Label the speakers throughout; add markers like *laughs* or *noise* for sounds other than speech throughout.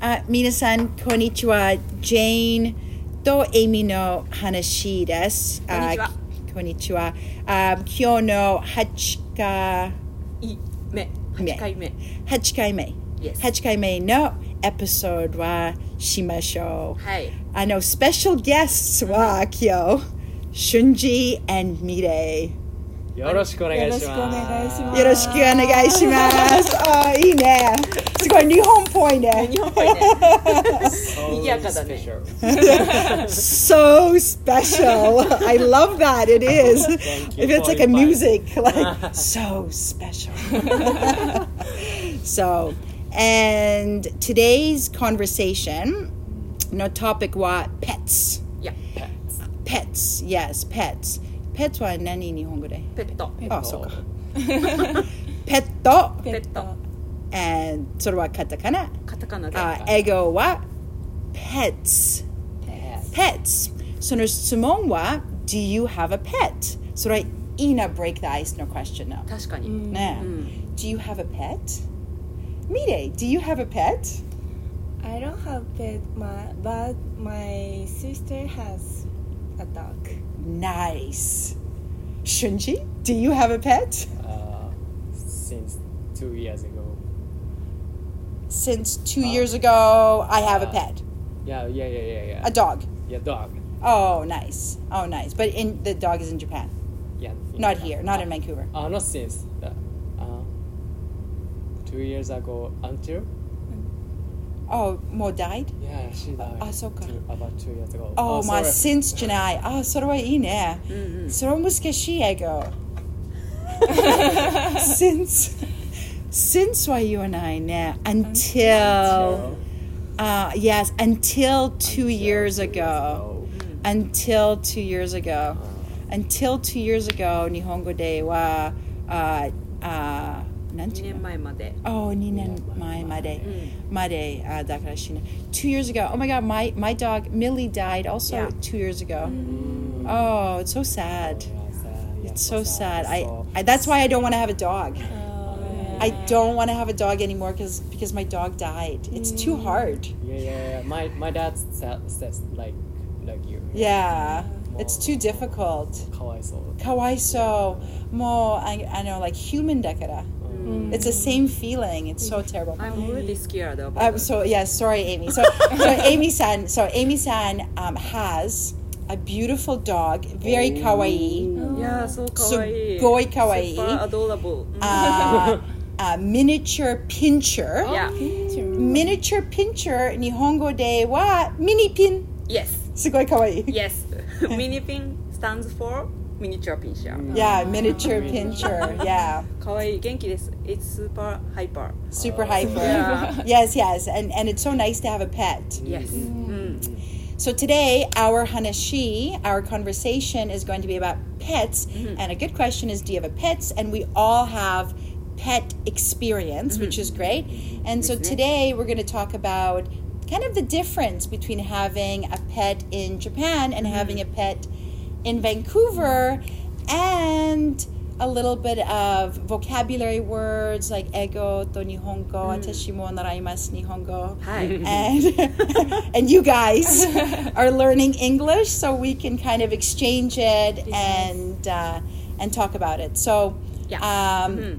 Speaker 1: あ皆さんこんにちはジェーンとエミの話です
Speaker 2: こんにちは
Speaker 1: あこんにちはあ今日の8回
Speaker 2: い目
Speaker 1: 目
Speaker 2: 8回目
Speaker 1: 8回目
Speaker 2: Yes
Speaker 1: 8回目のエピソードはしましょう
Speaker 2: はい
Speaker 1: あのスペシャルゲストは今日俊二 and ミレイ
Speaker 3: よろしくお願いします。
Speaker 4: よろしくお願
Speaker 1: よろしくお願い
Speaker 3: Ah.
Speaker 4: いします
Speaker 1: します。あーいいね。すごい日本っぽいね。
Speaker 2: 日本っぽいね
Speaker 1: *laughs*
Speaker 3: So
Speaker 2: 賑やかだね
Speaker 3: special.
Speaker 1: So special. I love that. It is.
Speaker 3: Thank you
Speaker 1: If it's
Speaker 3: for
Speaker 1: like a
Speaker 3: inviting.
Speaker 1: music,
Speaker 3: *laughs*
Speaker 1: like so special. *laughs* so, and today's conversation, no topic was pets.
Speaker 2: いや
Speaker 1: Pets. Yes, pets. Pets は何日本語で
Speaker 2: ペット
Speaker 1: あ、そうか。ペット。
Speaker 2: ペット
Speaker 1: And それはカタカナ。
Speaker 2: カタカナで
Speaker 1: あ英語は Uh, pets pets その質問は do you have a pet それいいな break the ice の question な
Speaker 2: 確か
Speaker 4: うん
Speaker 2: に
Speaker 1: ね、
Speaker 2: うん
Speaker 1: do you have a pet ミレイ do you have a pet
Speaker 4: *laughs* I don't have pet, my, but my sister has a dog.
Speaker 1: nice シュンジ do you have a pet
Speaker 3: Uh, since two years ago.
Speaker 1: since two years ago I have a
Speaker 3: Ah.
Speaker 1: pet
Speaker 3: Yeah, yeah, yeah, yeah, yeah.
Speaker 1: a dog
Speaker 3: yeah, dog.
Speaker 1: oh nice oh nice but in the dog is in Japan
Speaker 3: Yeah. in
Speaker 1: not
Speaker 3: Japan.
Speaker 1: here not in Oh. Vancouver
Speaker 3: Uh, not since. The, uh, two years ago until.
Speaker 1: oh もう died
Speaker 3: Yeah, she died.
Speaker 1: Ah, so good.
Speaker 3: two, about two years ago.
Speaker 1: お
Speaker 3: Oh,
Speaker 1: ー、まあ、
Speaker 3: sorry.
Speaker 1: since Ah, じゃない。あー、それはいいね。それは難しい英語。since *laughs* since は言わないね。until
Speaker 3: Until-
Speaker 1: あ、yes until two
Speaker 3: Until
Speaker 1: years
Speaker 3: two
Speaker 1: ago until two years ago until two years ago 日本語ではああなんて
Speaker 2: 2
Speaker 1: いうの
Speaker 2: 年前まで
Speaker 1: お2年前まで、
Speaker 2: Mm.
Speaker 1: まであだから死ぬ two years ago oh my god my, my dog Millie died also
Speaker 2: Yeah.
Speaker 1: two years ago
Speaker 3: Mm.
Speaker 1: oh it's so sad
Speaker 3: Yeah, sad. Yeah,
Speaker 1: it's so sad I,
Speaker 3: So,
Speaker 1: I that's why I don't want to have a dog
Speaker 4: Oh,
Speaker 1: I don't want to have a dog anymore because because my dog died it's too hard
Speaker 3: yeah, yeah, yeah. My my dad sa- says like like you.
Speaker 1: yeah it's too difficult
Speaker 3: かわいそう。
Speaker 1: kawaiso more I, I know like human dakara
Speaker 3: Mm.
Speaker 1: it's the same feeling it's so terrible
Speaker 2: I'm really scared about
Speaker 1: Um, so yeah, sorry, Amy. So, so Amy San, so Amy San um, has a beautiful dog, very kawaii,
Speaker 3: Oh.
Speaker 2: いやーそうかわい
Speaker 1: す
Speaker 2: い
Speaker 1: っごい可愛い
Speaker 2: Super adorable うん
Speaker 1: uh, uh, miniature pincher.
Speaker 2: いや
Speaker 4: picture.
Speaker 1: Miniature pincher, 日本語ではミニピン。
Speaker 2: Yes
Speaker 1: すごい可愛い。
Speaker 2: Yes *laughs* ミニピン stands for miniature pincher
Speaker 1: Yeah, miniature pincher. Yeah,
Speaker 2: かわいい元気です It's super hyper
Speaker 1: super hyper.
Speaker 2: Yeah
Speaker 1: Yes, yes, and and it's so nice to have a pet.
Speaker 2: Yes うん
Speaker 1: So today, our hanashi, our conversation is going to be about pets. And a good question is, do you have a pets? And we all have pet experience, which is great. And so today, we're going to talk about kind of the difference between having a pet in Japan and having a pet in Vancouver, and a little bit of vocabulary words like ego to nihongo, atashimo naraimasu nihongo
Speaker 2: はい
Speaker 1: and *laughs* and you guys are learning English, so we can kind of exchange it and uh, and talk about it. So,
Speaker 2: Yeah.
Speaker 1: um,
Speaker 2: Mhm.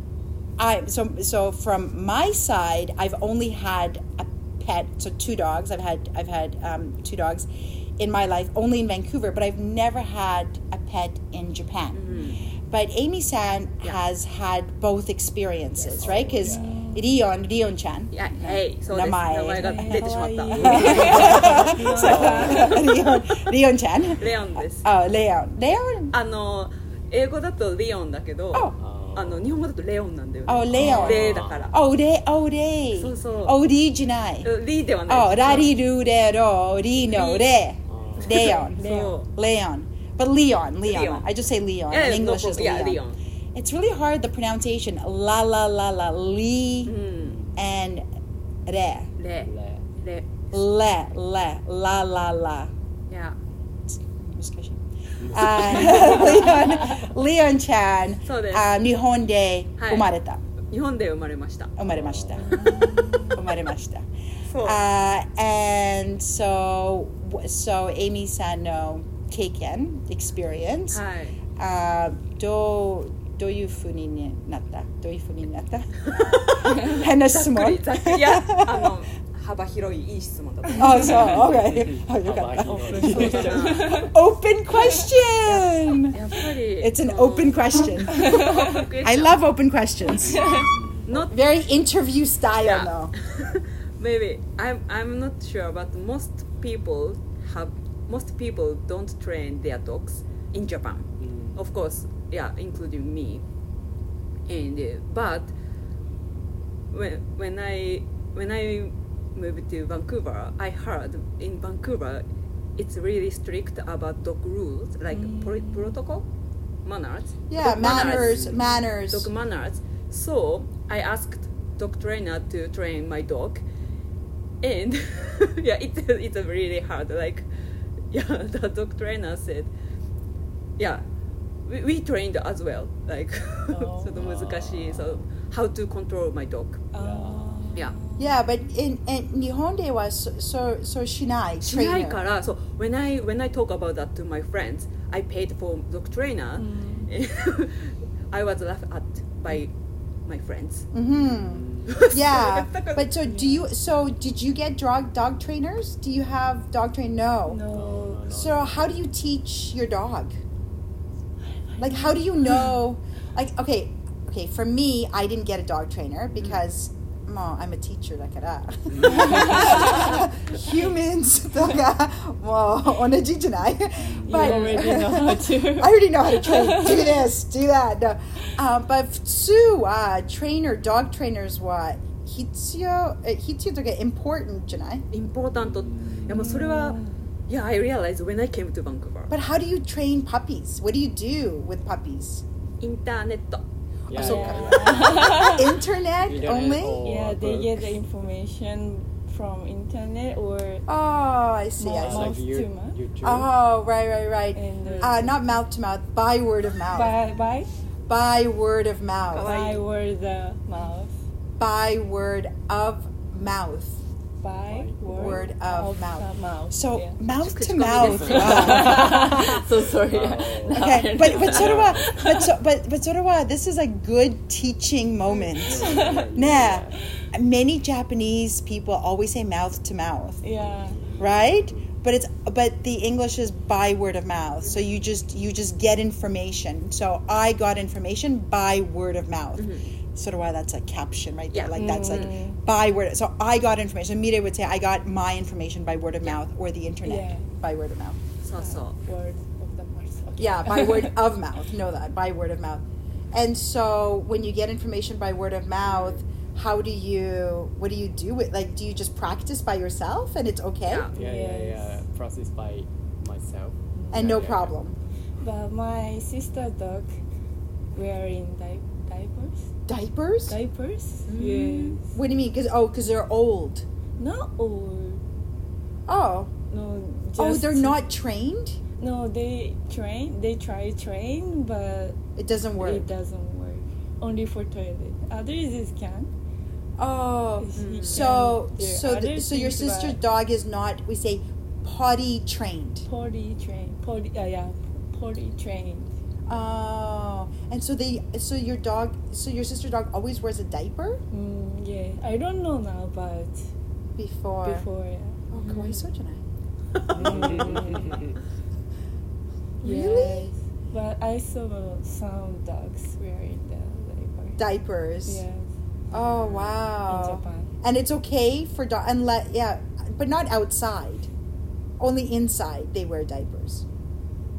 Speaker 1: I so so from my side, I've only had a pet, so two dogs. I've had I've had um, two dogs in my life, only in Vancouver, but I've never had a pet in Japan. But Amy San has had both experiences, right? 'Cause right? Because Rion, Rion Chan.
Speaker 2: いや、はい、そう
Speaker 1: 名
Speaker 2: です。名
Speaker 1: 前
Speaker 2: 前が出てしまっ
Speaker 4: かわいい
Speaker 2: た。
Speaker 1: Leon, *laughs* Leon Chan.
Speaker 2: *laughs* レオンです。
Speaker 1: Oh, Leon. Leon.
Speaker 2: あの、英語だとリオンだけど、
Speaker 1: Oh.
Speaker 2: あの、日本語だとレオンなんだよね。
Speaker 1: Oh, Leon.
Speaker 2: レだから。
Speaker 1: Oh, Ode, Ode.
Speaker 2: そうそう。
Speaker 1: Ode Jinai.
Speaker 2: リーではない。
Speaker 1: Oh, Rari Ru De Ro, Rino Re. Leon.
Speaker 2: そう
Speaker 1: Leon. But Leon, Leon.
Speaker 2: Leon.
Speaker 1: I just say Leon.
Speaker 2: いや
Speaker 1: In
Speaker 2: いや
Speaker 1: English
Speaker 2: ノ
Speaker 1: is
Speaker 2: ーいや、リオ
Speaker 1: Leon.
Speaker 2: ン。
Speaker 1: It's really hard the pronunciation. La la la la li
Speaker 2: うん。
Speaker 1: and re.
Speaker 2: レ、
Speaker 3: Le-
Speaker 2: レ、
Speaker 1: Le le la la la.
Speaker 2: いや、
Speaker 1: 難しい。Uh, *laughs* あーレオン、レオンちゃん、
Speaker 2: そうです
Speaker 1: あー日本で
Speaker 2: はい
Speaker 1: 生まれた、
Speaker 2: 日本で生まれました。 *laughs*
Speaker 1: 生まれました、生まれました。
Speaker 2: そう
Speaker 1: Uh, and so, so Amy san no keiken experience. Uh,
Speaker 2: はい
Speaker 1: あーどうどういうふうになったどういうふうになった
Speaker 2: *laughs*
Speaker 1: 変な質
Speaker 2: ざっく
Speaker 1: 問
Speaker 2: りざっくりいやあの幅広いいい質問だと思う
Speaker 1: あそう OK あよかった
Speaker 3: 幅広い
Speaker 1: *laughs* Open question
Speaker 2: やっぱり
Speaker 1: It's an open question I love open *laughs*
Speaker 2: *laughs*
Speaker 1: questions
Speaker 2: not
Speaker 1: Very interview style
Speaker 2: Yeah.
Speaker 1: though
Speaker 2: *laughs* maybe I'm I'm not sure, but most people have most people don't train their dogs in Japan.
Speaker 3: Mm.
Speaker 2: Of course, yeah, including me. And uh, but when when I when I moved to Vancouver, I heard in Vancouver it's really strict about dog rules, like pro- protocol, manners.
Speaker 1: Mm. Yeah
Speaker 2: dog manners.
Speaker 1: manners manners
Speaker 2: dog manners. So I asked dog trainer to train my dog, and *laughs* yeah, it, it's a really hard. Like, *laughs* yeah, the dog trainer said, yeah, we, we trained as well. Like, *laughs*
Speaker 4: Oh.
Speaker 2: その難しい so how to control my dog.
Speaker 4: Oh.
Speaker 2: Yeah.
Speaker 1: Yeah but in, in 日本ではそそうそうしない
Speaker 2: しないか
Speaker 1: trainer
Speaker 2: ら、so when I when I talk about that to my friends, I paid for dog trainer.
Speaker 1: Mm.
Speaker 2: *laughs* I was laughed at by my friends. *laughs*
Speaker 1: うん。Yeah, Mm-hmm.
Speaker 3: *laughs*
Speaker 2: だから
Speaker 1: but so do you? So did you get dog dog trainers? Do you have dog train? No.
Speaker 4: No.
Speaker 1: So how do you teach your dog? Like how do you know? Like okay, okay. For me, I didn't get a dog trainer because. well, I'm a teacher, だから。Humans, だ *laughs* から、もう同じじゃない。
Speaker 5: You
Speaker 1: But-
Speaker 5: already know
Speaker 1: *laughs*
Speaker 4: *laughs*
Speaker 5: how
Speaker 1: I
Speaker 5: to.
Speaker 1: already know how to train. do this, do that. No. Uh, but Tsu, uh, trainer, dog trainers, what? Hitsuyo, uh, Hitsuyo to get important, Janai.
Speaker 2: important いやもうそれは Yeah, I realized when I came to Vancouver.
Speaker 1: But how do you train puppies? What do you do with
Speaker 4: *laughs*
Speaker 1: puppies?
Speaker 2: インターネット。
Speaker 3: Yeah,
Speaker 1: so- *laughs*
Speaker 3: yeah,
Speaker 1: Internet
Speaker 3: Internet
Speaker 1: only?
Speaker 3: or-
Speaker 4: Yeah, they
Speaker 3: books.
Speaker 4: get the information from internet or
Speaker 1: Oh, I see, I
Speaker 3: yeah.
Speaker 4: Mouse
Speaker 1: see.
Speaker 3: Like you,
Speaker 4: too much.
Speaker 3: YouTube.
Speaker 2: Uh-huh.
Speaker 3: *laughs*
Speaker 1: Oh, right, right, right.
Speaker 4: and uh,
Speaker 1: Uh, not mouth to mouth, by word of mouth.
Speaker 4: by by
Speaker 1: By word of mouth.
Speaker 2: Kawaii.
Speaker 4: by word of mouth.
Speaker 1: By word of mouth.
Speaker 4: By
Speaker 1: Word
Speaker 4: word,
Speaker 1: of mouth.
Speaker 4: the mouth.
Speaker 1: So
Speaker 4: yeah.
Speaker 1: mouth to
Speaker 2: Just
Speaker 1: mouth.
Speaker 2: copy this.
Speaker 1: wow. *laughs*
Speaker 2: *laughs*
Speaker 5: so sorry.
Speaker 3: Oh.
Speaker 5: Now I
Speaker 1: Okay, but but
Speaker 5: understand.
Speaker 1: sort of a, but so, but but sort of a, this is a good teaching moment. nah, many Japanese people always say mouth to mouth,
Speaker 4: yeah.
Speaker 1: right? But it's but the English is by word of mouth. So you just you just get information. So I got information by word of mouth. Sort of why that's a caption right there.
Speaker 2: Yeah.
Speaker 1: Like that's like by word. So I got information. Mire would say I got my information by word of mouth or the internet
Speaker 4: Yeah.
Speaker 1: by word of mouth.
Speaker 2: そうそう。
Speaker 4: Word of the person.
Speaker 1: Yeah,
Speaker 4: *laughs*
Speaker 1: by word of mouth. Know that by word of mouth. And so when you get information by word of mouth, how do you? What do you do with? Like, do you just practice by yourself and it's okay *laughs*
Speaker 2: Yeah.
Speaker 3: yeah, yeah, yeah.
Speaker 4: Yes.
Speaker 3: Process by myself.
Speaker 1: and
Speaker 3: Yeah,
Speaker 1: no
Speaker 3: yeah,
Speaker 1: problem?
Speaker 4: But my sister dog wearing di- diapers.
Speaker 1: Diapers?
Speaker 4: Diapers? Yes.
Speaker 1: what do you mean? Because oh, because they're old.
Speaker 4: Not old.
Speaker 1: Oh,
Speaker 4: No. Just
Speaker 1: oh, they're not trained.
Speaker 4: No, they train. They try train, but
Speaker 1: It doesn't work.
Speaker 4: it doesn't work. Only for toilet. Others is can.
Speaker 1: oh,
Speaker 4: He
Speaker 1: so
Speaker 4: can. There
Speaker 1: so
Speaker 4: other
Speaker 1: th- so your
Speaker 4: things,
Speaker 1: sister's
Speaker 4: but
Speaker 1: dog is not. We say potty trained.
Speaker 4: potty train. Potty. Uh, yeah. Potty trained.
Speaker 1: Oh, and so they so your dog so your sister dog always wears a diaper.
Speaker 4: Mm, yeah. I don't know now, but
Speaker 1: Before.
Speaker 4: before. Mm-hmm. Yeah.
Speaker 1: Oh, kawaii so janai. Really?
Speaker 4: Yes. But I saw some dogs wearing the diaper.
Speaker 1: Diapers.
Speaker 4: yes.
Speaker 1: Oh
Speaker 4: In
Speaker 1: wow.
Speaker 4: Japan.
Speaker 1: And it's okay for dog unless yeah, but not outside. Only inside they wear diapers.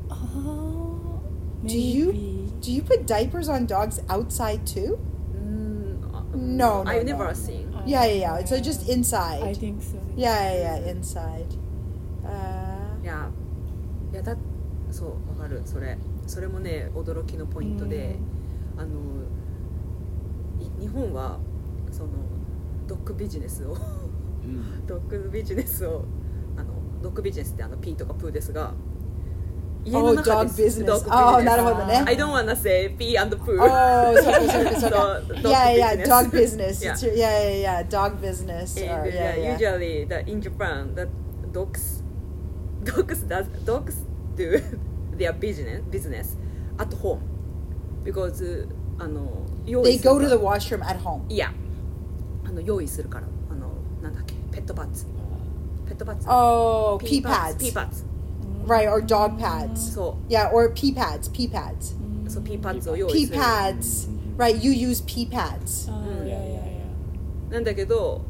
Speaker 4: Oh.
Speaker 1: Do you-
Speaker 4: maybe.
Speaker 1: Do you put diapers on dogs outside too?
Speaker 2: うーん。
Speaker 1: No, no,
Speaker 2: I've
Speaker 1: no.
Speaker 2: never seen.
Speaker 4: I-
Speaker 1: Yeah, yeah, yeah. So just
Speaker 4: I
Speaker 1: inside.
Speaker 4: think so.
Speaker 1: Yeah, yeah, yeah, inside. Uh,
Speaker 2: いや、いやだ。そうわかる。それ、それもね驚きのポイントで、あのい日本はそのドッグビジネスを
Speaker 3: Mm.
Speaker 2: ドッグビジネスをあのドッグビジネスってあのピーとかプーですが、家の中
Speaker 1: Oh, dog
Speaker 2: です
Speaker 1: business.
Speaker 2: ドッグビジネス
Speaker 1: あーなるほどね
Speaker 2: I don't wanna say pee and poo
Speaker 1: Oh, so so
Speaker 2: *laughs*
Speaker 1: so
Speaker 2: そう
Speaker 1: so. Yeah, yeah, dog
Speaker 2: *laughs*
Speaker 1: business.
Speaker 2: yeah.
Speaker 1: It's your- yeah, yeah, yeah, dog business.
Speaker 2: And,
Speaker 1: or-
Speaker 2: yeah, usually the, in Japan, the dogs, dogs does dogs do *laughs* their business business at home because uh, あの用
Speaker 1: They
Speaker 2: 意す
Speaker 1: go
Speaker 2: るから
Speaker 1: to the washroom at home.
Speaker 2: yeah あの用意するからあのなんだっけペットパッツ
Speaker 3: Uh,
Speaker 2: ペットパッツ
Speaker 1: Oh,
Speaker 2: ピ
Speaker 1: pee
Speaker 2: ーパッツ
Speaker 1: pads.
Speaker 2: ピーパッツ
Speaker 1: Right, or dog pads.
Speaker 2: そ
Speaker 1: Yeah, or pee pads, pee pads.
Speaker 4: Mm.
Speaker 2: うそうピーパッツを用
Speaker 1: Pee
Speaker 2: 意する
Speaker 1: pads. Right, you use pee pads.
Speaker 4: Uh,
Speaker 5: Oh, yeah, yeah, yeah.
Speaker 2: なんだけど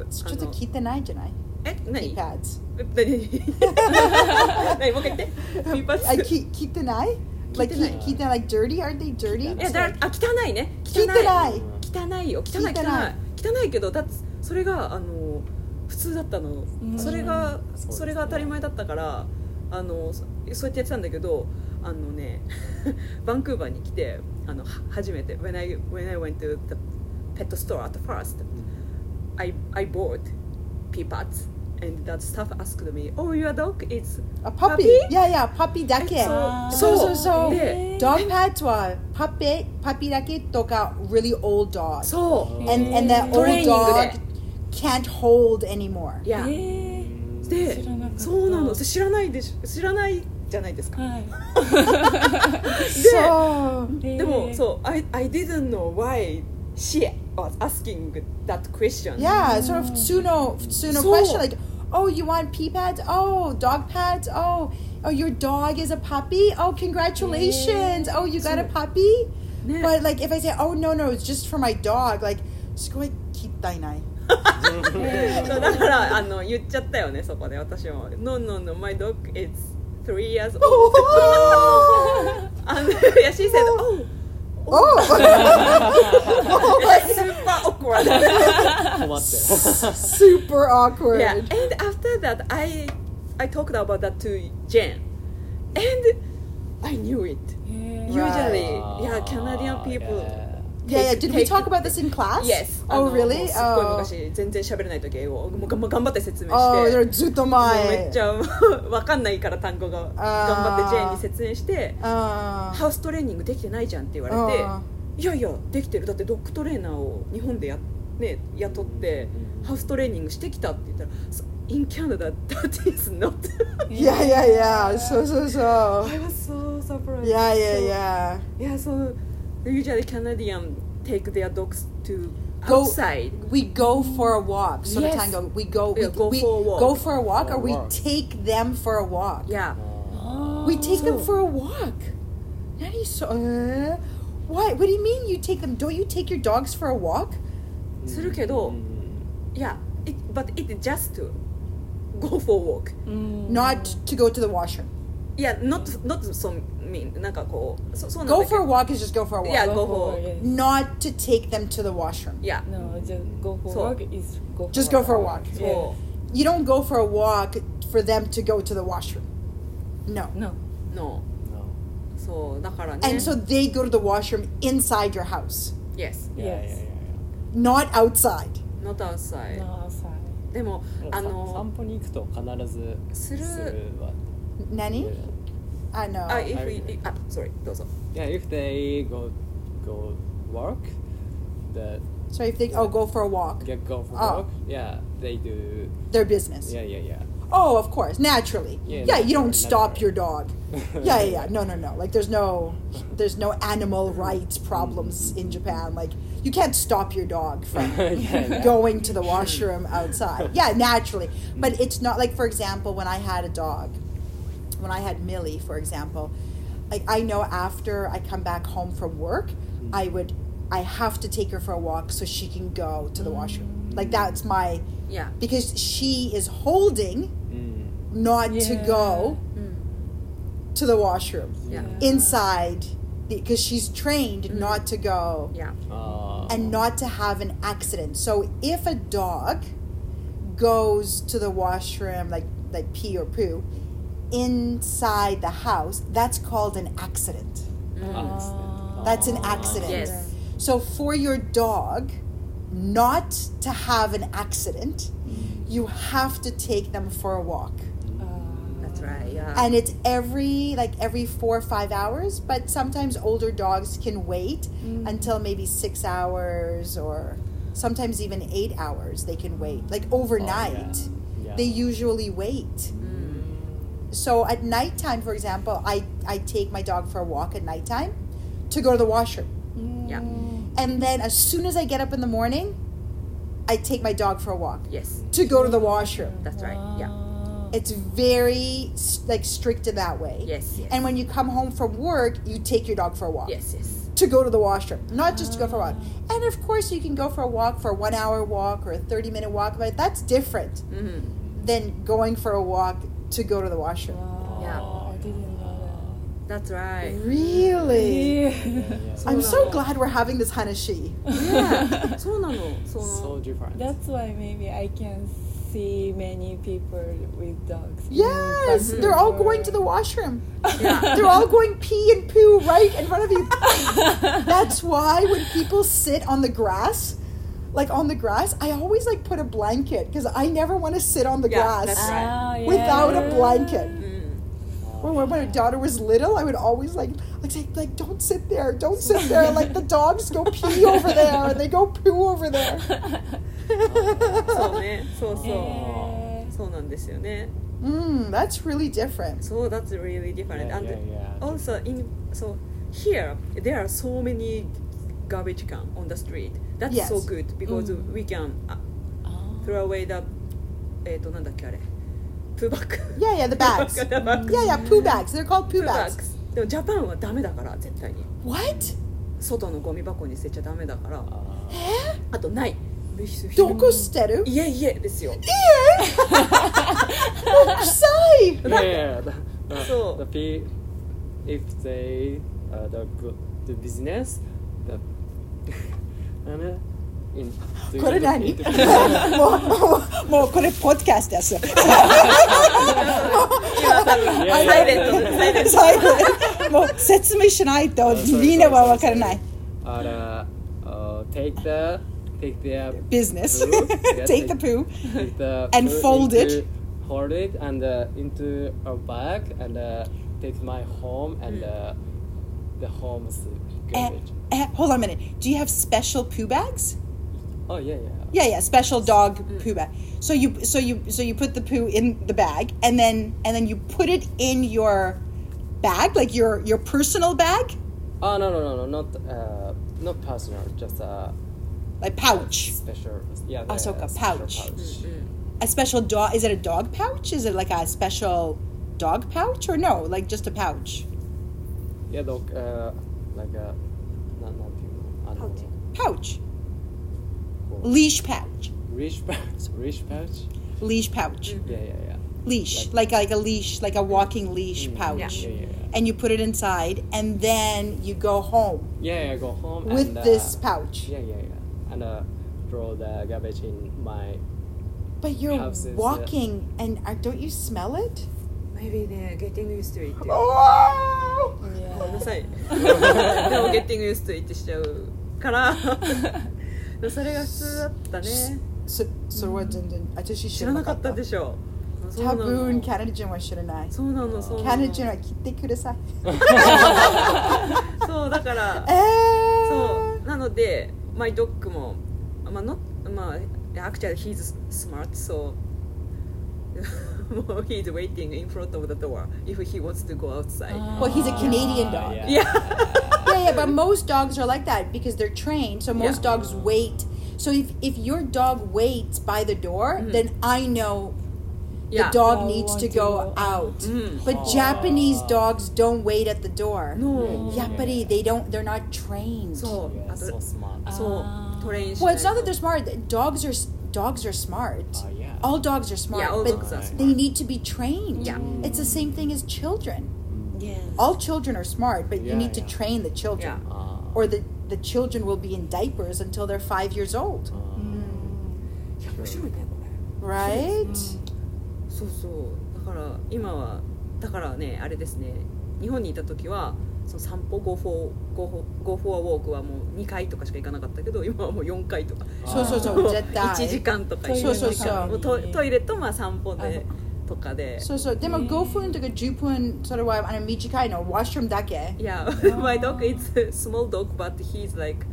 Speaker 2: あ
Speaker 1: ちょっと
Speaker 2: の
Speaker 1: 聞いてないんじゃない
Speaker 2: え
Speaker 1: ?pee *laughs*
Speaker 2: 何
Speaker 1: pads.
Speaker 2: 何何 *laughs* もう一
Speaker 1: *laughs*
Speaker 2: 回言ってピーパッツ
Speaker 1: I 聞聞いてない like,
Speaker 2: 聞いてな
Speaker 1: 聞
Speaker 2: い
Speaker 1: 聞いてない like, dirty? Are they dirty?
Speaker 2: いやだあ汚いね
Speaker 1: 聞いてない
Speaker 3: い
Speaker 2: 汚いよ汚い汚
Speaker 1: 聞いてない
Speaker 2: い汚いけどだってそれがあの普通だったのそれが
Speaker 3: そうですね
Speaker 2: それが当たり前だったからあのそそうやってやってたんだけどあのね *laughs* バンクーバーに来てあのは初めて when I, when I went to the pet store at first I, I bought pee pads and that staff asked me oh your dog is
Speaker 1: A puppy?
Speaker 2: Puppy?
Speaker 1: Yeah, yeah, puppy だけ。
Speaker 2: そ
Speaker 1: そう
Speaker 2: う
Speaker 1: そうそう。
Speaker 2: で
Speaker 1: dog pads はパペ、パピだけとか really old dog.
Speaker 2: そう
Speaker 1: And, and that
Speaker 2: ト
Speaker 1: old
Speaker 2: レーニング
Speaker 1: dog
Speaker 2: で
Speaker 1: can't hold anymore.
Speaker 2: い
Speaker 1: *laughs*
Speaker 2: やで
Speaker 4: 知らなかった
Speaker 2: そうなのそれ知らないでしょ知らないじゃないですか *laughs* で
Speaker 1: So,
Speaker 2: でも
Speaker 4: *laughs*
Speaker 2: そう I, I didn't know why she was asking that question
Speaker 1: yeah, sort of 普通の、普通の
Speaker 2: そう
Speaker 1: question like, oh, you want pee pads? Oh, dog pads? Oh, oh, your dog is a puppy? Oh, congratulations. Oh, you got a puppy?
Speaker 2: ね
Speaker 1: But like if I say, oh, no, no, it's just for my dog, like, すごい聞きたいない。
Speaker 2: *laughs* そうだからあの言っちゃったよねそこで私も「No no no my dog is three years old」あのいや she said「Oh *laughs*
Speaker 1: お
Speaker 2: super *laughs* awkward *laughs*
Speaker 3: 困ってる
Speaker 1: *laughs* Super」awkward.
Speaker 2: yeah and after that I I talked about that to Jen and I knew it usually yeah Canadian people
Speaker 3: Uh, Yeah.
Speaker 1: Yeah, yeah.
Speaker 2: take-
Speaker 1: Did we
Speaker 2: take-
Speaker 1: talk about this in class?
Speaker 2: Yes. Um, あ
Speaker 1: Oh,
Speaker 2: の
Speaker 1: really?
Speaker 2: もうすっご
Speaker 1: Oh.
Speaker 2: い昔全然喋れない時英語をもうがん頑張って説明して
Speaker 1: ああずっと
Speaker 2: もうめ
Speaker 1: 前
Speaker 2: っちゃわかんないから単語が頑張ってジェーンに説明して
Speaker 1: あ
Speaker 2: ハウストレーニングできてないじゃんって言
Speaker 1: あ
Speaker 2: われていやいやできてるだってドッグトレーナーを日本でや、ね、雇ってハウストレーニングしてきたって言ったらそ In Canada that
Speaker 1: *laughs*
Speaker 2: is not
Speaker 1: いやいやいやそうそうそう
Speaker 2: I was so surprised
Speaker 1: いやいやいや
Speaker 2: So- yeah so usually Canadian take their dogs to
Speaker 1: Go-
Speaker 2: outside
Speaker 1: We go for a walk その
Speaker 2: Yes.
Speaker 1: 単語 We go
Speaker 2: Yeah, go
Speaker 1: we,
Speaker 2: for a walk.
Speaker 1: go for a walk or we
Speaker 3: Walk.
Speaker 1: take them for a walk
Speaker 2: yeah
Speaker 3: Uh,
Speaker 1: We take them
Speaker 2: So-
Speaker 1: for a walk 何そえ uh, Why? What do you mean you take them? Don't you take your dogs for a walk?
Speaker 2: *gasps* するけ
Speaker 3: Mm,
Speaker 2: ど yeah it, but it just to go for a walk
Speaker 4: Mm.
Speaker 1: Not to go to the washroom.
Speaker 2: いや、not, not so mean なんかこう、そそうなん
Speaker 1: Go
Speaker 2: だけど
Speaker 1: for a walk is just go for a walk.
Speaker 2: Yeah, go
Speaker 5: for
Speaker 2: for
Speaker 5: it.
Speaker 1: Not to take them to the washroom.
Speaker 2: いや、
Speaker 5: No, just go for
Speaker 2: So-
Speaker 5: walk is go.
Speaker 1: Just go for a walk.
Speaker 2: そう
Speaker 5: Yeah.
Speaker 1: You don't go for a walk for them to go to the washroom. No.
Speaker 5: No.
Speaker 2: no
Speaker 3: mm.
Speaker 2: そう、だからね
Speaker 1: And so they go to the washroom inside your house,
Speaker 2: Yes,
Speaker 3: Yeah, yeah, yeah,
Speaker 5: Yes.
Speaker 1: not outside.
Speaker 2: not outside、
Speaker 5: No outside.
Speaker 2: でも、
Speaker 3: yeah.
Speaker 2: あ
Speaker 3: さ
Speaker 2: の
Speaker 3: 散歩に行くと必ず
Speaker 2: する
Speaker 3: するは
Speaker 1: Nanny? I know.
Speaker 2: あ、if Uh, we,
Speaker 3: I-
Speaker 2: あ、sorry、どうぞ
Speaker 3: Yeah, if they go go work, the
Speaker 1: so if they oh go for a walk,
Speaker 3: get go for
Speaker 1: Oh.
Speaker 3: work. Yeah, they do.
Speaker 1: their business.
Speaker 3: Yeah, yeah, yeah.
Speaker 1: Oh, of course, naturally.
Speaker 3: Yeah,
Speaker 1: you don't
Speaker 3: naturally,
Speaker 1: stop
Speaker 3: naturally.
Speaker 1: your
Speaker 3: *laughs*
Speaker 1: dog. yeah, yeah, yeah. No, no, no. Like there's no there's no animal rights problems in Japan. Like you can't stop your
Speaker 3: *laughs*
Speaker 1: dog from
Speaker 3: Mm-hmm.
Speaker 1: *laughs*
Speaker 3: Yeah, yeah.
Speaker 1: going to the washroom outside. Yeah, naturally. But it's not like for example when I had a dog, when I had Millie, for example, like I know after I come back home from work,
Speaker 3: Mm-hmm.
Speaker 1: I would I have to take her for a walk so she can go to the washroom.
Speaker 3: Mm.
Speaker 1: Like that's my
Speaker 2: いや、
Speaker 1: because she is holding
Speaker 3: Mm.
Speaker 1: not to
Speaker 5: Yeah.
Speaker 1: go
Speaker 2: うん、
Speaker 1: to the washroom
Speaker 2: いや、
Speaker 1: inside because she's trained not to go
Speaker 2: いや、
Speaker 3: Uh,
Speaker 1: and not to have an accident. So if a dog goes to the washroom like like pee or poo inside the house, that's called an accident.
Speaker 4: Oh.
Speaker 3: accident.
Speaker 1: That's an
Speaker 3: Uh,
Speaker 1: accident.
Speaker 2: Yes
Speaker 1: So for your dog not to
Speaker 3: Mm.
Speaker 2: Ah.
Speaker 1: have an accident, you have to take them for a walk.
Speaker 5: Uh,
Speaker 2: try.
Speaker 3: Um,
Speaker 2: Yeah.
Speaker 1: and it's every like every four or five hours but sometimes older dogs can wait
Speaker 3: Mm.
Speaker 1: until maybe six hours or sometimes even eight hours they can wait like overnight
Speaker 3: Oh, Yeah. Mm-hmm.
Speaker 1: they usually wait so at nighttime for example I, I take my dog for a walk at nighttime to go to the washroom
Speaker 4: Mm.
Speaker 2: yeah.
Speaker 1: and then as soon as i get up in the morning i take my dog for a walk
Speaker 2: Yes.
Speaker 1: to go to the washroom
Speaker 3: Mm-hmm.
Speaker 2: That's right. Yeah.
Speaker 1: it's very s- like strict in that way
Speaker 2: Yes. Yes.
Speaker 1: and when you come home from work, you take your dog for a walk.
Speaker 2: yes. Ah. Yes.
Speaker 1: To go to the washroom, not just to go for a walk. And of course, you can go for a walk for a one hour walk or a 30 minute walk, but that's different
Speaker 2: hmm
Speaker 1: than going for a walk to go to the washroom.
Speaker 2: Yeah.
Speaker 3: Ah.
Speaker 5: Oh, I didn't know
Speaker 2: That's right.
Speaker 1: *laughs* Really?
Speaker 3: yeah,
Speaker 1: *laughs*
Speaker 3: yeah.
Speaker 1: I'm so glad we're having this Hanashi.
Speaker 2: *laughs* Mm, Yeah. そうなの。そう。
Speaker 3: so different. Ah.
Speaker 4: *laughs* That's why maybe I can see many people with dogs. in
Speaker 1: Yes, they're all
Speaker 4: Vancouver.
Speaker 1: going to the washroom.
Speaker 2: Mm-hmm. yeah.
Speaker 4: *laughs*
Speaker 1: They're
Speaker 2: *laughs*
Speaker 1: all going pee and poo right in front of you. That's why when people sit on the grass, like on the grass, I always like put a blanket because I never want to sit on the
Speaker 2: Yeah,
Speaker 1: grass.
Speaker 2: that's right.
Speaker 4: Oh,
Speaker 5: Ah, yeah.
Speaker 1: without a
Speaker 4: *laughs*
Speaker 1: blanket.
Speaker 2: うん。
Speaker 1: When, when my daughter was little, I would always like like say like don't sit there, don't *laughs* sit there. Like the dogs go pee *laughs* over there and they go poo over *laughs* there.
Speaker 2: そうね。そうそ
Speaker 3: Oh.
Speaker 2: う。そうなんですよね。
Speaker 1: Mm, that's really different.
Speaker 2: そう。That's really different.
Speaker 3: Yeah,
Speaker 2: And
Speaker 3: yeah, yeah.
Speaker 2: also in so here there are so many garbage can on the street. That's
Speaker 1: Yes.
Speaker 2: so good because we can uh, throw away the えっとなんだっけあれ。プーバック。
Speaker 1: Yeah,
Speaker 2: *laughs*
Speaker 1: yeah, the bags.
Speaker 2: プーバック。
Speaker 1: Yeah, yeah, poo bags. They're called
Speaker 2: プ
Speaker 1: Mm. poo
Speaker 2: ーバ
Speaker 1: bags.
Speaker 2: ック。でもジャパンはダメだから絶対に。
Speaker 1: What?
Speaker 2: 外のゴミ箱に捨てちゃダメだから。
Speaker 3: Uh,
Speaker 2: あとない。物質
Speaker 1: Dokusteru?
Speaker 2: いえいえで
Speaker 1: *laughs*
Speaker 2: すよ。 *laughs*
Speaker 1: Sai! *laughs*
Speaker 3: yeah, yeah, the, the,
Speaker 2: So-
Speaker 3: the pe- if they uh, the good the business the *laughs* and in
Speaker 1: これ何
Speaker 3: in-
Speaker 1: *laughs* もうもうもうこれポッドキャストです。
Speaker 2: サイレントサイレント
Speaker 1: 最後もう説明しないと
Speaker 3: あそうそう
Speaker 1: みんなは分からない。
Speaker 3: uh, uh, take the take their
Speaker 1: Business. *laughs*
Speaker 3: poo, yeah,
Speaker 1: Take the poo.
Speaker 3: take the
Speaker 1: And
Speaker 3: poo
Speaker 1: fold it.
Speaker 3: into- fold it and uh, into a bag and uh, take my home and
Speaker 1: Hmm.
Speaker 3: uh, the home's
Speaker 1: Eh,
Speaker 3: garbage
Speaker 1: eh, Hold on a minute. Do you have special poo bags?
Speaker 3: oh yeah yeah
Speaker 1: Yeah, yeah, special dog poo bag. So you so you so you put the poo in the bag and then and then you put it in your bag, like your your personal bag,
Speaker 3: oh no no no no not uh, not personal just uh,
Speaker 1: like pouch.
Speaker 3: special yeah
Speaker 1: Ah,
Speaker 3: the
Speaker 1: so a
Speaker 3: special
Speaker 1: pouch.
Speaker 2: Mm,
Speaker 1: a special dog is it a dog pouch is it like a special dog pouch or no like just a pouch
Speaker 2: mm.
Speaker 3: yeah dog uh, like a not not people I don't
Speaker 2: Pouch.
Speaker 3: know.
Speaker 1: pouch
Speaker 3: Cool.
Speaker 1: leash pouch
Speaker 3: rich pouch rich pouch
Speaker 1: leash pouch
Speaker 2: Mm-hmm.
Speaker 3: yeah yeah yeah
Speaker 1: leash like like a leash like a walking leash pouch
Speaker 3: Mm. yeah yeah yeah
Speaker 1: and you put it inside and then you go home
Speaker 3: yeah, yeah go home
Speaker 1: with
Speaker 3: and, uh,
Speaker 1: this pouch
Speaker 3: Yeah, yeah, yeah. And uh, throw the garbage in my.
Speaker 1: but you're
Speaker 3: Houses, yeah.
Speaker 1: walking and uh, don't you smell it
Speaker 2: Maybe ね、getting used to it っていう。
Speaker 1: oh
Speaker 2: ごめん
Speaker 1: *laughs*
Speaker 2: なさい。でも getting used to it しちゃうから。それが普通だったね。
Speaker 1: so, so what did- did- 私
Speaker 2: 知らなかったでしょ。そうな
Speaker 1: タブ
Speaker 2: の
Speaker 1: ーンキャナダ人は知らない
Speaker 2: そうなの、そう
Speaker 1: キ
Speaker 2: な
Speaker 1: ャナダ
Speaker 2: の。
Speaker 1: 人は切ってください
Speaker 2: そう、だから
Speaker 1: え。ー
Speaker 2: そう、なので、my dog も、まあ、not まあ、actually he's smart, so *laughs* もう he's waiting in front of the door if he wants to go outside.
Speaker 1: Well, he's a Canadian dog.
Speaker 3: Ah, uh, yeah.
Speaker 1: Uh, Yeah.
Speaker 2: Yeah.
Speaker 1: yeah, but most dogs are like that because they're trained. So most
Speaker 2: Yeah.
Speaker 1: dogs wait. So if, if your dog waits by the door, then I know
Speaker 2: Mm-hmm. Yeah.
Speaker 1: the dog
Speaker 4: Oh,
Speaker 1: needs
Speaker 4: I
Speaker 1: to
Speaker 4: do
Speaker 1: go
Speaker 4: know.
Speaker 1: out.
Speaker 2: Mm.
Speaker 1: But
Speaker 3: Oh.
Speaker 1: Japanese dogs don't wait at the door.
Speaker 2: No.
Speaker 1: Yeah, but they don't. They're not trained.
Speaker 2: そう、
Speaker 3: Oh, Yeah,
Speaker 2: あと
Speaker 3: so smart.
Speaker 2: そう、トレインし
Speaker 1: well,
Speaker 2: ない
Speaker 1: it's not that they're smart. Dogs are s- dogs are smart.
Speaker 3: Oh, yeah.
Speaker 1: All dogs are smart,
Speaker 2: Yeah, all
Speaker 1: but
Speaker 2: dogs are
Speaker 1: they
Speaker 2: smart.
Speaker 1: need to be trained.
Speaker 2: Yeah.
Speaker 1: It's the same thing as children.
Speaker 4: Yes.
Speaker 1: All children are smart, but you
Speaker 3: Yeah,
Speaker 1: need to
Speaker 3: yeah.
Speaker 1: train the children.
Speaker 2: Yeah.
Speaker 3: Uh,
Speaker 1: or the, the children will be in diapers until they're five years old, Mm.
Speaker 2: いや、面白いね、これ。
Speaker 1: right? *laughs*
Speaker 4: Mm.
Speaker 2: そうそう、だから、今は、だからね、あれですね。日本にいた時は、その散歩 Go for Go for Go for a walk はもう2回とかしか行かなかったけど、今はもう4回とか。
Speaker 3: uh,
Speaker 1: そうそうそう
Speaker 2: も
Speaker 1: 絶対
Speaker 2: 1時間とか
Speaker 1: そうそうそう
Speaker 2: もうトトイレとまあ散歩でとかで
Speaker 1: そうそうでも5分とか10分それはあの短いのワッシュルームだけ
Speaker 2: Yeah, my dog is a small dog, but he's like,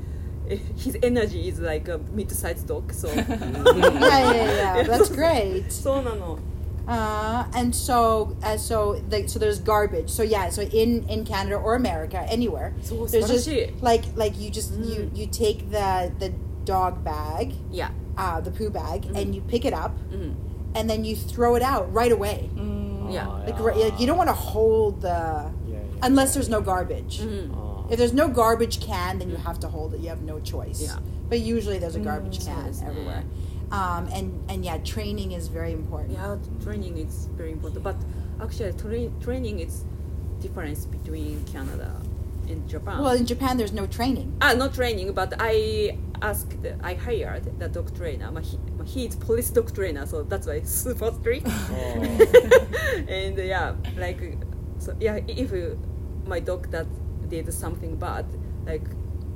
Speaker 2: his energy is like a mid-sized dog. So,
Speaker 1: *laughs* いやいやいや that's great
Speaker 2: そうなの。
Speaker 1: Uh, and so, uh, so, the, so there's garbage. So yeah, so in in Canada or America, anywhere,
Speaker 2: そう
Speaker 1: there's just
Speaker 2: 素晴らし
Speaker 1: like like you just you
Speaker 2: Mm.
Speaker 1: you take the the dog bag,
Speaker 2: い。いや、
Speaker 1: uh, the poo bag,
Speaker 2: Mm.
Speaker 1: and you pick it up,
Speaker 2: うん、
Speaker 1: and then you throw it out right away.
Speaker 2: Yeah.
Speaker 3: Ah,
Speaker 1: Like, right, like you don't want to hold the
Speaker 3: Yeah, yeah, Uh,
Speaker 1: unless there's no garbage.
Speaker 2: うん、
Speaker 3: Ah.
Speaker 1: If there's no garbage can, then you
Speaker 2: Mm.
Speaker 1: have to hold it. You have no choice.
Speaker 2: Yeah. Mm,
Speaker 1: But usually there's a garbage can
Speaker 2: Yes.
Speaker 1: everywhere. Um, and and yeah, training is very important.
Speaker 2: Yeah, training is very important. But actually, tra training is difference between Canada and Japan.
Speaker 1: Well, in Japan, there's no training.
Speaker 2: ah, not training, but I asked, I hired the dog trainer. But he, but he is police dog trainer, so that's why it's *laughs* super strict.
Speaker 3: oh,
Speaker 1: *laughs*
Speaker 2: and yeah, like, so yeah, if my dog that did something bad, like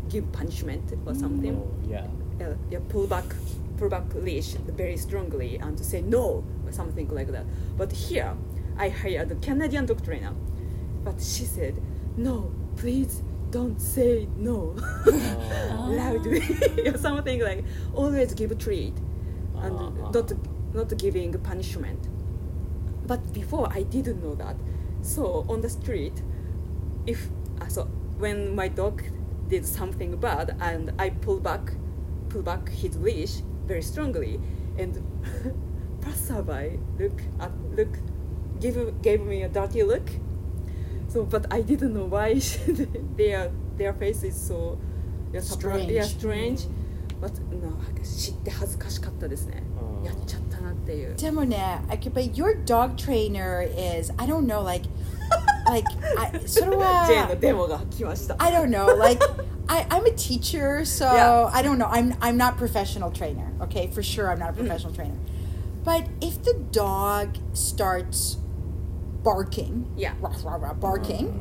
Speaker 2: give punishment or something,
Speaker 3: Oh, yeah.
Speaker 2: yeah, uh, yeah, pull back, pull back leash very strongly and say no or something like that. But here, I hired a Canadian dog trainer, but she said, no, please don't say no *laughs*
Speaker 3: Ah.
Speaker 2: loudly or something like always give treat and
Speaker 3: Ah.
Speaker 2: not not giving punishment. But before I didn't know that. So on the street, if uh, so when my dog did something bad and I pull back pull back his leash very strongly and *laughs* passerby look at look give gave me a dirty look. So but I didn't know why *laughs* their their face is so yeah, surpri-
Speaker 1: Strange.
Speaker 2: yeah, strange. But no, 知って恥ずかしかったですね。
Speaker 3: Ah.
Speaker 2: やっちゃったなっていう。
Speaker 1: Demone, I could, but your dog trainer is I don't know like *laughs* like I
Speaker 2: *laughs*
Speaker 1: sort of
Speaker 2: ジェーンのデモが来ました。
Speaker 1: I don't know
Speaker 2: *laughs*
Speaker 1: like I, I'm a teacher so
Speaker 2: Yeah.
Speaker 1: I don't know I'm I'm not professional trainer okay for sure I'm not a
Speaker 2: Mm-hmm.
Speaker 1: professional trainer but if the dog starts barking
Speaker 2: Yeah. Mm.
Speaker 1: rah, rah, rah, barking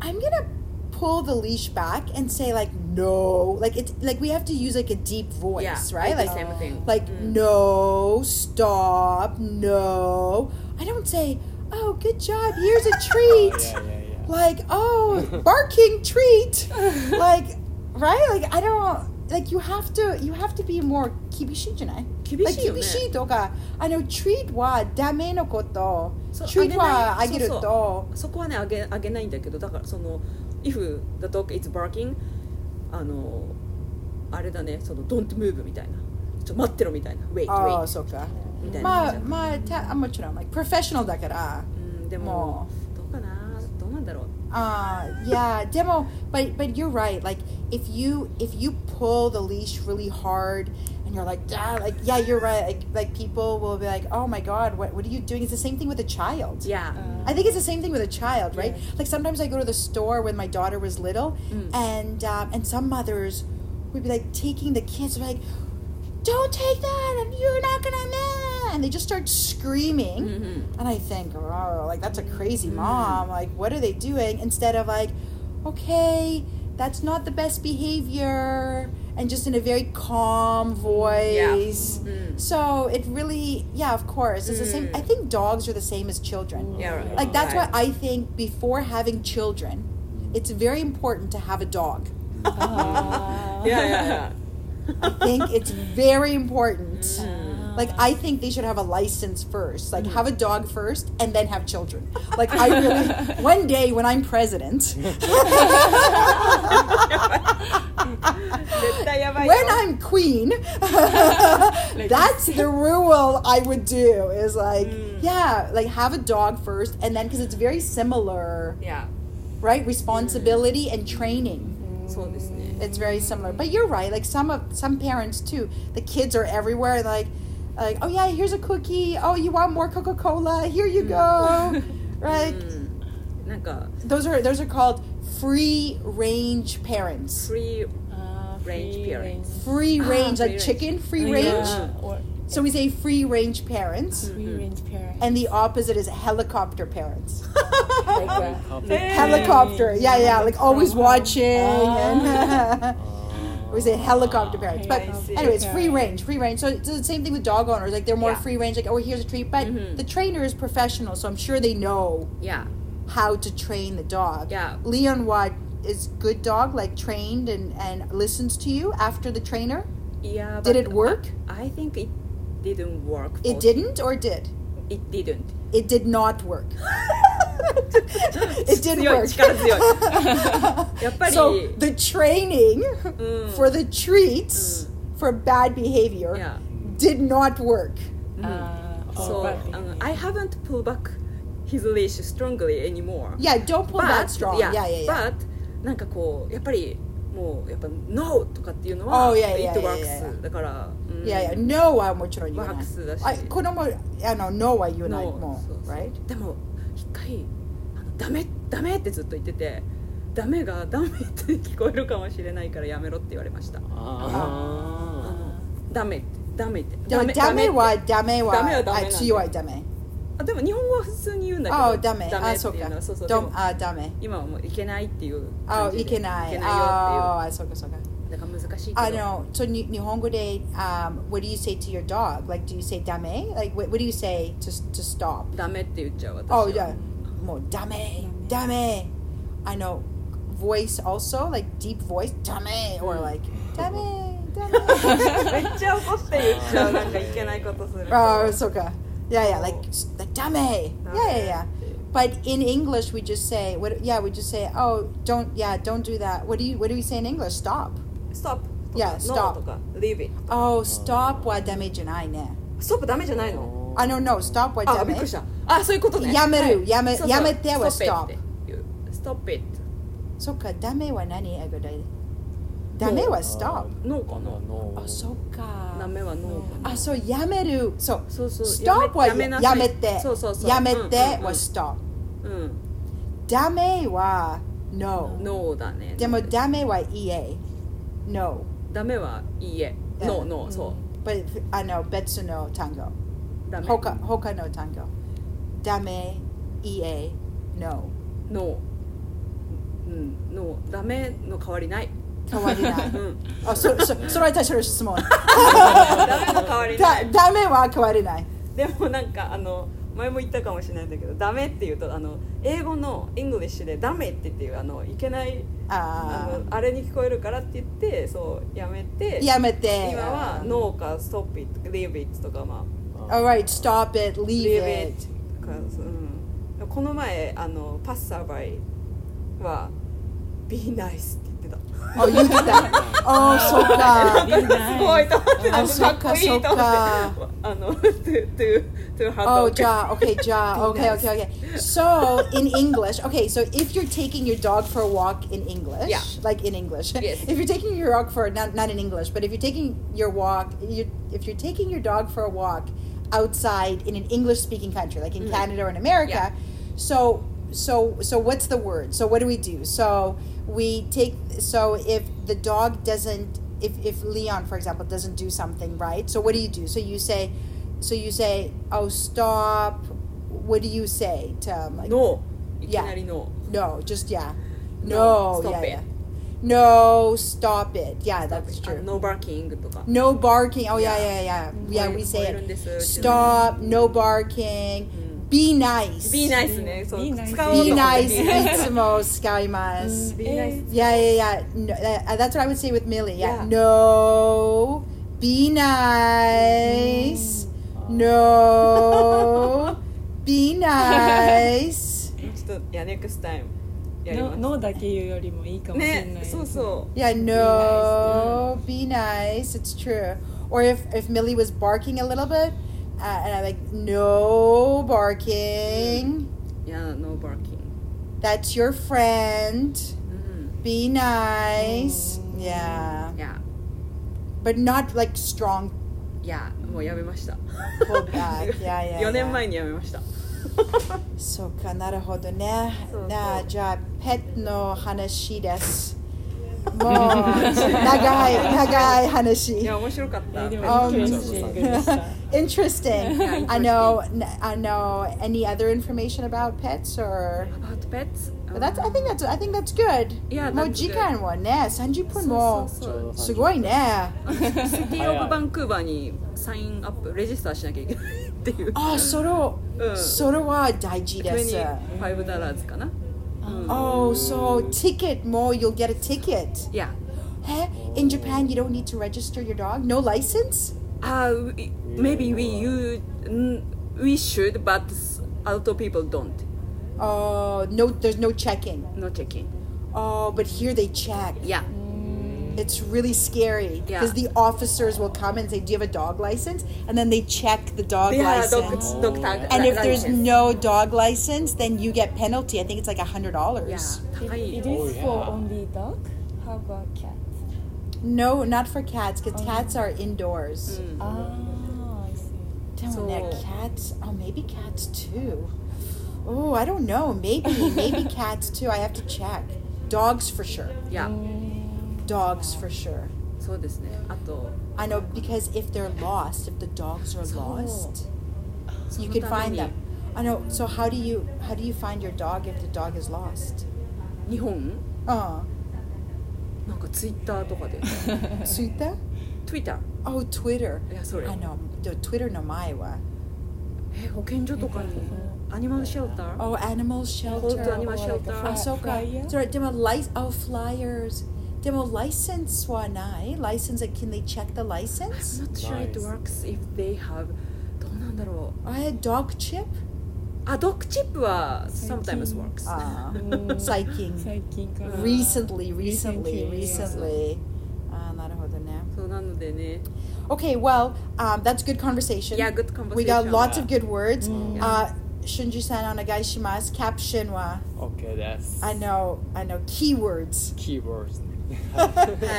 Speaker 1: I'm gonna pull the leash back and say like no like it's like we have to use like a deep voice
Speaker 2: Yeah,
Speaker 1: right
Speaker 2: I
Speaker 1: like
Speaker 2: do same thing.
Speaker 1: like
Speaker 2: Mm.
Speaker 1: no stop no i don't say oh good job
Speaker 2: *laughs*
Speaker 1: here's a treat
Speaker 3: Yeah, yeah, yeah.
Speaker 1: like oh barking treat like right like i don't like you have to you have to be more kibishi junai
Speaker 2: 厳しいよね。そう、あげない、そこはねあげあげないんだけどだからその「if the dog is barking」あのあれだねその「don't move」みたいな「ちょ待ってろ」みたいな「wait
Speaker 1: Oh,
Speaker 2: wait」みたいな感
Speaker 1: ああ
Speaker 2: じだった
Speaker 1: そうかまあまあたもちろん、like、プロフェッショナルだからああいやでも
Speaker 2: うんで
Speaker 1: も
Speaker 2: もどうかなどうなんだろう
Speaker 1: Uh, but but you're right like if you if you pull the leash really hard and you're like ah, like yeah you're right like like people will be like oh my god what what are you doing it's the same thing with a child
Speaker 2: いや
Speaker 1: I think it's the same thing with a child, right? Like sometimes I go to the store when my daughter was little,
Speaker 2: Mm.
Speaker 1: and um, and some mothers would be like taking the kids, like, "Don't take that, and you're not gonna man," and they just start
Speaker 2: うん
Speaker 1: screaming,
Speaker 2: うん
Speaker 1: and I think, oh, like that's a crazy
Speaker 2: Mm.
Speaker 1: mom. Like, what are they doing? Instead of like, okay, that's not the best behavior, and just in a very
Speaker 2: Mm,
Speaker 1: calm voice.
Speaker 2: うん
Speaker 1: So it really, yeah, of course, it's the same.
Speaker 2: Mm.
Speaker 1: I think dogs are the same as children.
Speaker 2: Yeah, right.
Speaker 1: Like that's
Speaker 2: Right.
Speaker 1: why I think before having children, it's very important to have a dog.
Speaker 2: *laughs* いやいやいや
Speaker 1: I think it's very important.
Speaker 2: Mm.
Speaker 1: Like I think they should have a license first. Like have a dog first and then have children. Like I really one day when I'm president
Speaker 2: 絶対やばいよ
Speaker 1: when I'm queen, *laughs* that's the rule I would do. Is like, yeah, like have a dog first, and then because it's very similar,
Speaker 2: いや
Speaker 1: right? Responsibility and training.
Speaker 2: そうですね
Speaker 1: It's very similar. But you're right. Like some of some parents too, the kids are everywhere. Like, like oh yeah, here's a cookie. Oh, you want more Coca Cola? Here you
Speaker 4: Mm.
Speaker 1: go. *laughs* right.
Speaker 2: Mm. うんなんか
Speaker 1: Those are those are called free range parents.
Speaker 2: free
Speaker 4: Uh,
Speaker 2: Range
Speaker 5: free
Speaker 2: parents.
Speaker 1: Free
Speaker 2: Ah,
Speaker 1: range,
Speaker 2: free
Speaker 1: like
Speaker 2: range.
Speaker 1: chicken, free
Speaker 5: Yeah,
Speaker 1: range.
Speaker 5: Or
Speaker 1: So we say free range parents,
Speaker 4: Mm.
Speaker 5: free range parents.
Speaker 1: and the opposite is helicopter parents. *laughs*
Speaker 5: like
Speaker 4: uh,
Speaker 5: that.
Speaker 1: *laughs* Helicopter,
Speaker 3: Helicopter.
Speaker 1: yeah, yeah, like always watching. and-
Speaker 3: Ah.
Speaker 1: Or is it helicopter parents? But
Speaker 2: Helicopter
Speaker 1: anyways, free range, free range. So it's the same thing with dog owners. Like they're more
Speaker 2: Yeah.
Speaker 1: free range. Like oh, here's a treat. But
Speaker 2: Mhm.
Speaker 1: the trainer is professional, so I'm sure they know
Speaker 2: yeah,
Speaker 1: how to train the dog.
Speaker 2: Yeah.
Speaker 1: Leon Watt is good dog, like trained and and listens to you after the trainer.
Speaker 2: yeah.
Speaker 1: Did
Speaker 2: but
Speaker 1: it work?
Speaker 2: I think it didn't work.
Speaker 1: It
Speaker 2: for-
Speaker 1: didn't or did?
Speaker 2: It didn't.
Speaker 1: It did not
Speaker 2: *laughs*
Speaker 1: work. it did
Speaker 2: 強い
Speaker 1: work.
Speaker 2: 力強い
Speaker 1: *laughs*
Speaker 2: やっぱり
Speaker 1: so the training
Speaker 2: うん
Speaker 1: for the treats
Speaker 2: Mm.
Speaker 1: for bad behavior
Speaker 2: yeah.
Speaker 1: did not work.
Speaker 2: うん
Speaker 5: Ah,
Speaker 2: Mm-hmm.
Speaker 4: uh,
Speaker 2: so
Speaker 5: alright.
Speaker 2: um, I haven't pulled back his leash strongly anymore.
Speaker 1: Yeah, don't pull that strong. Yeah,
Speaker 2: yeah,
Speaker 1: yeah, yeah.
Speaker 2: But なんかこうやっぱりもうやっぱ No とかっていうの
Speaker 1: Oh,
Speaker 2: は
Speaker 1: yeah,
Speaker 2: It
Speaker 1: yeah, yeah, yeah,
Speaker 2: works だから、うん
Speaker 1: yeah, yeah. No, I'm watching on you.
Speaker 2: ワックスだし。
Speaker 1: 子供、あの、No は言わない
Speaker 2: No
Speaker 1: もん、
Speaker 2: そうそう
Speaker 1: right?
Speaker 2: でも一回あのダメダメってずっと言っててダメがダメって聞こえるかもしれないからやめろって言われましたあ
Speaker 3: あ
Speaker 2: のダメってダメってって
Speaker 1: でも、ダメは、ダメは、
Speaker 2: ダメはダメなんだ。
Speaker 1: あ、強いダメ。
Speaker 2: あでも日本語は普通に言うんだけど
Speaker 1: あ、ダメ。
Speaker 2: ダメっていうのは
Speaker 1: あ、そうか。
Speaker 2: そうそうで
Speaker 1: どん-
Speaker 2: も
Speaker 1: あ、ダメ。
Speaker 2: 今はもういけないっていう
Speaker 1: あ、
Speaker 2: 感じで
Speaker 1: いけない。
Speaker 2: いけないよ
Speaker 1: あ、そうか、そうか。
Speaker 2: っていうだから難しいけど
Speaker 1: I know. So, ni- 日本語で、um, what do you say to your dog? Like, do you say ダメ Like, what, what do you say to, to stop?
Speaker 2: ダメって言っちゃう私は
Speaker 1: Oh, yeah. もうダメ、ダメ。I know. Voice also, like deep voice, ダメ or like ダメ、ダメ。
Speaker 2: *laughs* め *laughs* っちゃ怒って言っち
Speaker 1: *laughs*
Speaker 2: ゃうなんかいけないことする
Speaker 1: ああ、そうか。いやいや、like, like ダメ。いやいやいや。But in English, we just say, what, yeah, we just say, oh, don't, yeah, don't do that. What do you, what do we say in English? Stop.
Speaker 2: Stop とか
Speaker 1: Yeah, stop
Speaker 2: No とか Leave it
Speaker 1: Oh, stop はダメじゃないね。
Speaker 2: Stop ダメじゃないの
Speaker 3: Oh.
Speaker 1: あの、no, Ah, stop は
Speaker 2: あ
Speaker 1: ダ
Speaker 2: び
Speaker 1: メ
Speaker 2: っく。りしたあそういうことね
Speaker 1: やめる
Speaker 2: はい
Speaker 1: やめ
Speaker 2: そうそう
Speaker 1: やめては
Speaker 2: Stop it って言う Stop it
Speaker 1: そっか、ダメは何英語でダメ
Speaker 3: Oh.
Speaker 1: は stop。Oh,
Speaker 2: No かな
Speaker 3: の
Speaker 1: あ、そっ
Speaker 2: ダ
Speaker 1: か。
Speaker 2: メは No かな
Speaker 1: あ、そう、やめる。そう。
Speaker 2: そうそう
Speaker 1: stop は
Speaker 2: なさい
Speaker 1: やめて
Speaker 2: そうそう。そう
Speaker 1: やめて
Speaker 2: うんうんうん
Speaker 1: は stop。
Speaker 2: うん
Speaker 1: ダメは no。
Speaker 2: No だね
Speaker 1: でもダメは EA。no。
Speaker 2: ダメはいいえ No No そ
Speaker 1: But あの別の単語。
Speaker 2: うダメ
Speaker 1: 他他の単語。ダメ、いえ、no。
Speaker 2: *laughs* No うん、no ダメの代わりない、
Speaker 1: 変わりな
Speaker 2: う
Speaker 1: い。 *laughs*
Speaker 2: ん、
Speaker 1: あ、そそそれは私の質問。
Speaker 2: ダメの代わりな
Speaker 1: だ
Speaker 2: い
Speaker 1: ダメは変わりない。
Speaker 2: でもなんかあの前も言ったかもしれないんだけどダメっていうとあの英語のイングリッシュでダメってっていうあのいけないあ
Speaker 1: あ
Speaker 2: のあれに聞こえるからって言ってそうやめて
Speaker 1: ーやめて。
Speaker 2: 今は。ノーかストップイットリーブイットとかまあ
Speaker 1: Alright, stop it, leave
Speaker 2: Leave
Speaker 1: it.
Speaker 2: とか、うん、この前あのパッサーバイは Be nice って言ってた
Speaker 1: あ、言って
Speaker 2: *laughs*
Speaker 1: た。あ、Oh, そうか。
Speaker 5: Be
Speaker 2: すごい
Speaker 5: nice.
Speaker 2: と思ってな
Speaker 1: あ
Speaker 2: ん
Speaker 1: そっ
Speaker 2: か
Speaker 1: か
Speaker 2: かっこいいと思って
Speaker 1: そっか
Speaker 2: *laughs* あの to to to have
Speaker 1: おじ
Speaker 2: *laughs*
Speaker 1: ゃあ OK じゃあ OK OK OK So in English OK so if you're taking your dog for a walk in English
Speaker 2: Yeah.
Speaker 1: like in English *laughs*
Speaker 2: Yes.
Speaker 1: if you're taking your dog for not, not in English but if you're taking your walk you, if you're taking your dog for a walk outside in an English speaking country like
Speaker 2: Mm.
Speaker 1: in Canada or in America so so so what's the word so what do we do so we take so if the dog doesn't if, if Leon for example doesn't do something right so what do you do so you say so you say, "Oh, stop." What do you say to um, like,
Speaker 2: No いきなり No
Speaker 1: no, just yeah, no,
Speaker 2: No,
Speaker 1: yeah,
Speaker 2: stop
Speaker 1: yeah.
Speaker 2: it.
Speaker 1: no, stop it. Yeah, that's
Speaker 2: あ
Speaker 1: true.
Speaker 2: No barking とか
Speaker 1: No barking. Oh yeah, yeah,
Speaker 2: Yeah.
Speaker 1: yeah, yeah.
Speaker 2: More-
Speaker 1: we say
Speaker 2: more on this, uh,
Speaker 1: it. Stop. No barking. Be nice.
Speaker 2: Be nice ねそう
Speaker 5: Be nice
Speaker 2: 使おうと
Speaker 1: Be
Speaker 2: 思って
Speaker 1: nice. *laughs* Itsumo
Speaker 4: Mm,
Speaker 1: skaimasu.
Speaker 2: Be nice
Speaker 1: Yeah, yeah, yeah. No, uh, that's what I would say with Millie. Yeah.
Speaker 2: Yeah.
Speaker 1: No. Be nice. *laughs* No. be nice.
Speaker 2: ちょっといや next time やりま
Speaker 5: No
Speaker 2: す
Speaker 5: no だけ言うよりもいいかもしれない。
Speaker 2: ねそうそう
Speaker 1: Yeah, no. Be nice. It's true. Or if, if Millie was barking a little bit, uh, and I'm like, no barking.
Speaker 2: いや No barking
Speaker 1: That's your friend.
Speaker 2: うん
Speaker 1: Be nice. Yeah.
Speaker 2: いや
Speaker 1: But not like strong
Speaker 2: いやもうやめました
Speaker 1: pull back. Yeah, yeah.
Speaker 2: 4
Speaker 1: yeah.
Speaker 2: 年前にやめました
Speaker 1: そうかなるほどね
Speaker 2: そうそう
Speaker 1: なあじゃあペットの話
Speaker 2: *laughs*
Speaker 1: ですもう長い長い
Speaker 2: い
Speaker 1: 話
Speaker 2: や面白かった
Speaker 5: えでも
Speaker 3: Um,
Speaker 5: interesting でした
Speaker 1: Interesting
Speaker 2: Yeah,
Speaker 1: I know I know any other information about pets or
Speaker 2: About pets?
Speaker 1: But that's I think that's I think that's good.
Speaker 2: Yeah,
Speaker 1: もう
Speaker 2: that's
Speaker 1: 時
Speaker 2: good.
Speaker 1: 間はね、30分も
Speaker 2: そうそうそう
Speaker 1: すごいね。
Speaker 2: シティ・オブ・バンクーバーにサインアップレジスターしなきゃいけないっていう
Speaker 1: *laughs* あ、
Speaker 2: *laughs*
Speaker 1: それ
Speaker 2: うん
Speaker 1: それは大事です。
Speaker 2: 25ダラーズかな
Speaker 1: Oh, so ticket more you'll get a ticket.
Speaker 2: いや
Speaker 1: Huh? In Japan, you don't need to register your dog. No license.
Speaker 2: あ maybe we you we should but out people don't
Speaker 1: Oh, no, there's no checking.
Speaker 2: no checking
Speaker 1: Oh, but here they check.
Speaker 2: yeah
Speaker 1: It's really scary
Speaker 2: Yeah.
Speaker 1: because the officers will come and say, "Do you have a dog license?" And then they check the dog
Speaker 2: yeah
Speaker 1: license.
Speaker 2: dog tag
Speaker 1: And if there's
Speaker 2: license.
Speaker 1: no dog license, then you get penalty. I think it's like a hundred
Speaker 2: yeah
Speaker 1: dollars.
Speaker 2: 高
Speaker 4: It
Speaker 2: い
Speaker 4: is
Speaker 3: Oh,
Speaker 4: for
Speaker 3: yeah.
Speaker 4: only dog. How about cat?
Speaker 1: No, not for cats, because cats are indoors.
Speaker 4: Ah, I see.
Speaker 1: Damn
Speaker 2: Mm. So-
Speaker 1: it, cats. Oh, maybe cats too. Oh, I don't know. Maybe,
Speaker 2: *laughs*
Speaker 1: maybe cats too. I have to check. Dogs for sure.
Speaker 2: yeah
Speaker 1: Dogs for sure.
Speaker 2: そうですねあと
Speaker 1: I know because if they're lost, if the dogs are lost,
Speaker 2: そ
Speaker 1: you
Speaker 2: の
Speaker 1: can
Speaker 2: ため
Speaker 1: find
Speaker 2: に
Speaker 1: them. I know. So how do you how do you find your dog if the dog is lost?
Speaker 2: 日本
Speaker 1: *laughs* Uh,
Speaker 2: なんかツイッターとかで
Speaker 4: *laughs*
Speaker 1: Twitter.
Speaker 2: Twitter
Speaker 1: Oh, Twitter.
Speaker 2: いやそれ
Speaker 1: I know. The Twitter no maiwa.
Speaker 2: え保健所とかにアニマルシェルター
Speaker 1: Oh, animal
Speaker 2: 本
Speaker 1: shelter.
Speaker 2: 当アニマルシェルタ
Speaker 1: あ、
Speaker 4: Ah,
Speaker 2: ー
Speaker 1: そうか
Speaker 4: uh, Flyer？。
Speaker 1: それでも、ライあ、flyers。でも、ライセンスはない。ライセンス、can they check the
Speaker 2: *laughs*
Speaker 1: license?
Speaker 2: not sure it works if they have どうなんだろう
Speaker 1: I had dog chip?
Speaker 2: あドッグチップは sometimes works *laughs*
Speaker 1: あ
Speaker 5: う
Speaker 1: ー、
Speaker 5: ん
Speaker 1: 最近。
Speaker 5: 最近から
Speaker 1: Recently, recently, recently. Ah,
Speaker 5: Recently.
Speaker 1: あー、なるほどね。
Speaker 2: そうなのでね
Speaker 1: Okay, well, um, that's good conversation.
Speaker 2: Yeah, good conversation. Mm,
Speaker 1: We got lots of
Speaker 3: Yeah.
Speaker 1: good words. Uh, Shunji-san, onegai shimasu. Caption wa.
Speaker 3: Okay, that's
Speaker 1: I know, I know.
Speaker 2: *laughs*
Speaker 1: Keywords. *laughs*
Speaker 3: keywords.
Speaker 2: は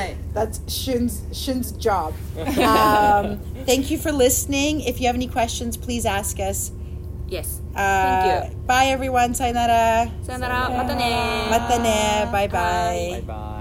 Speaker 2: い
Speaker 1: That's Shin's Shin's job.
Speaker 2: *laughs*
Speaker 1: um, thank you for listening. If you have any questions, please ask us.
Speaker 2: Yes
Speaker 1: Uh,
Speaker 2: Thank
Speaker 1: Bye, everyone. Sayonara.
Speaker 2: さよならまたね
Speaker 1: Mata ne. Bye bye.
Speaker 3: bye bye.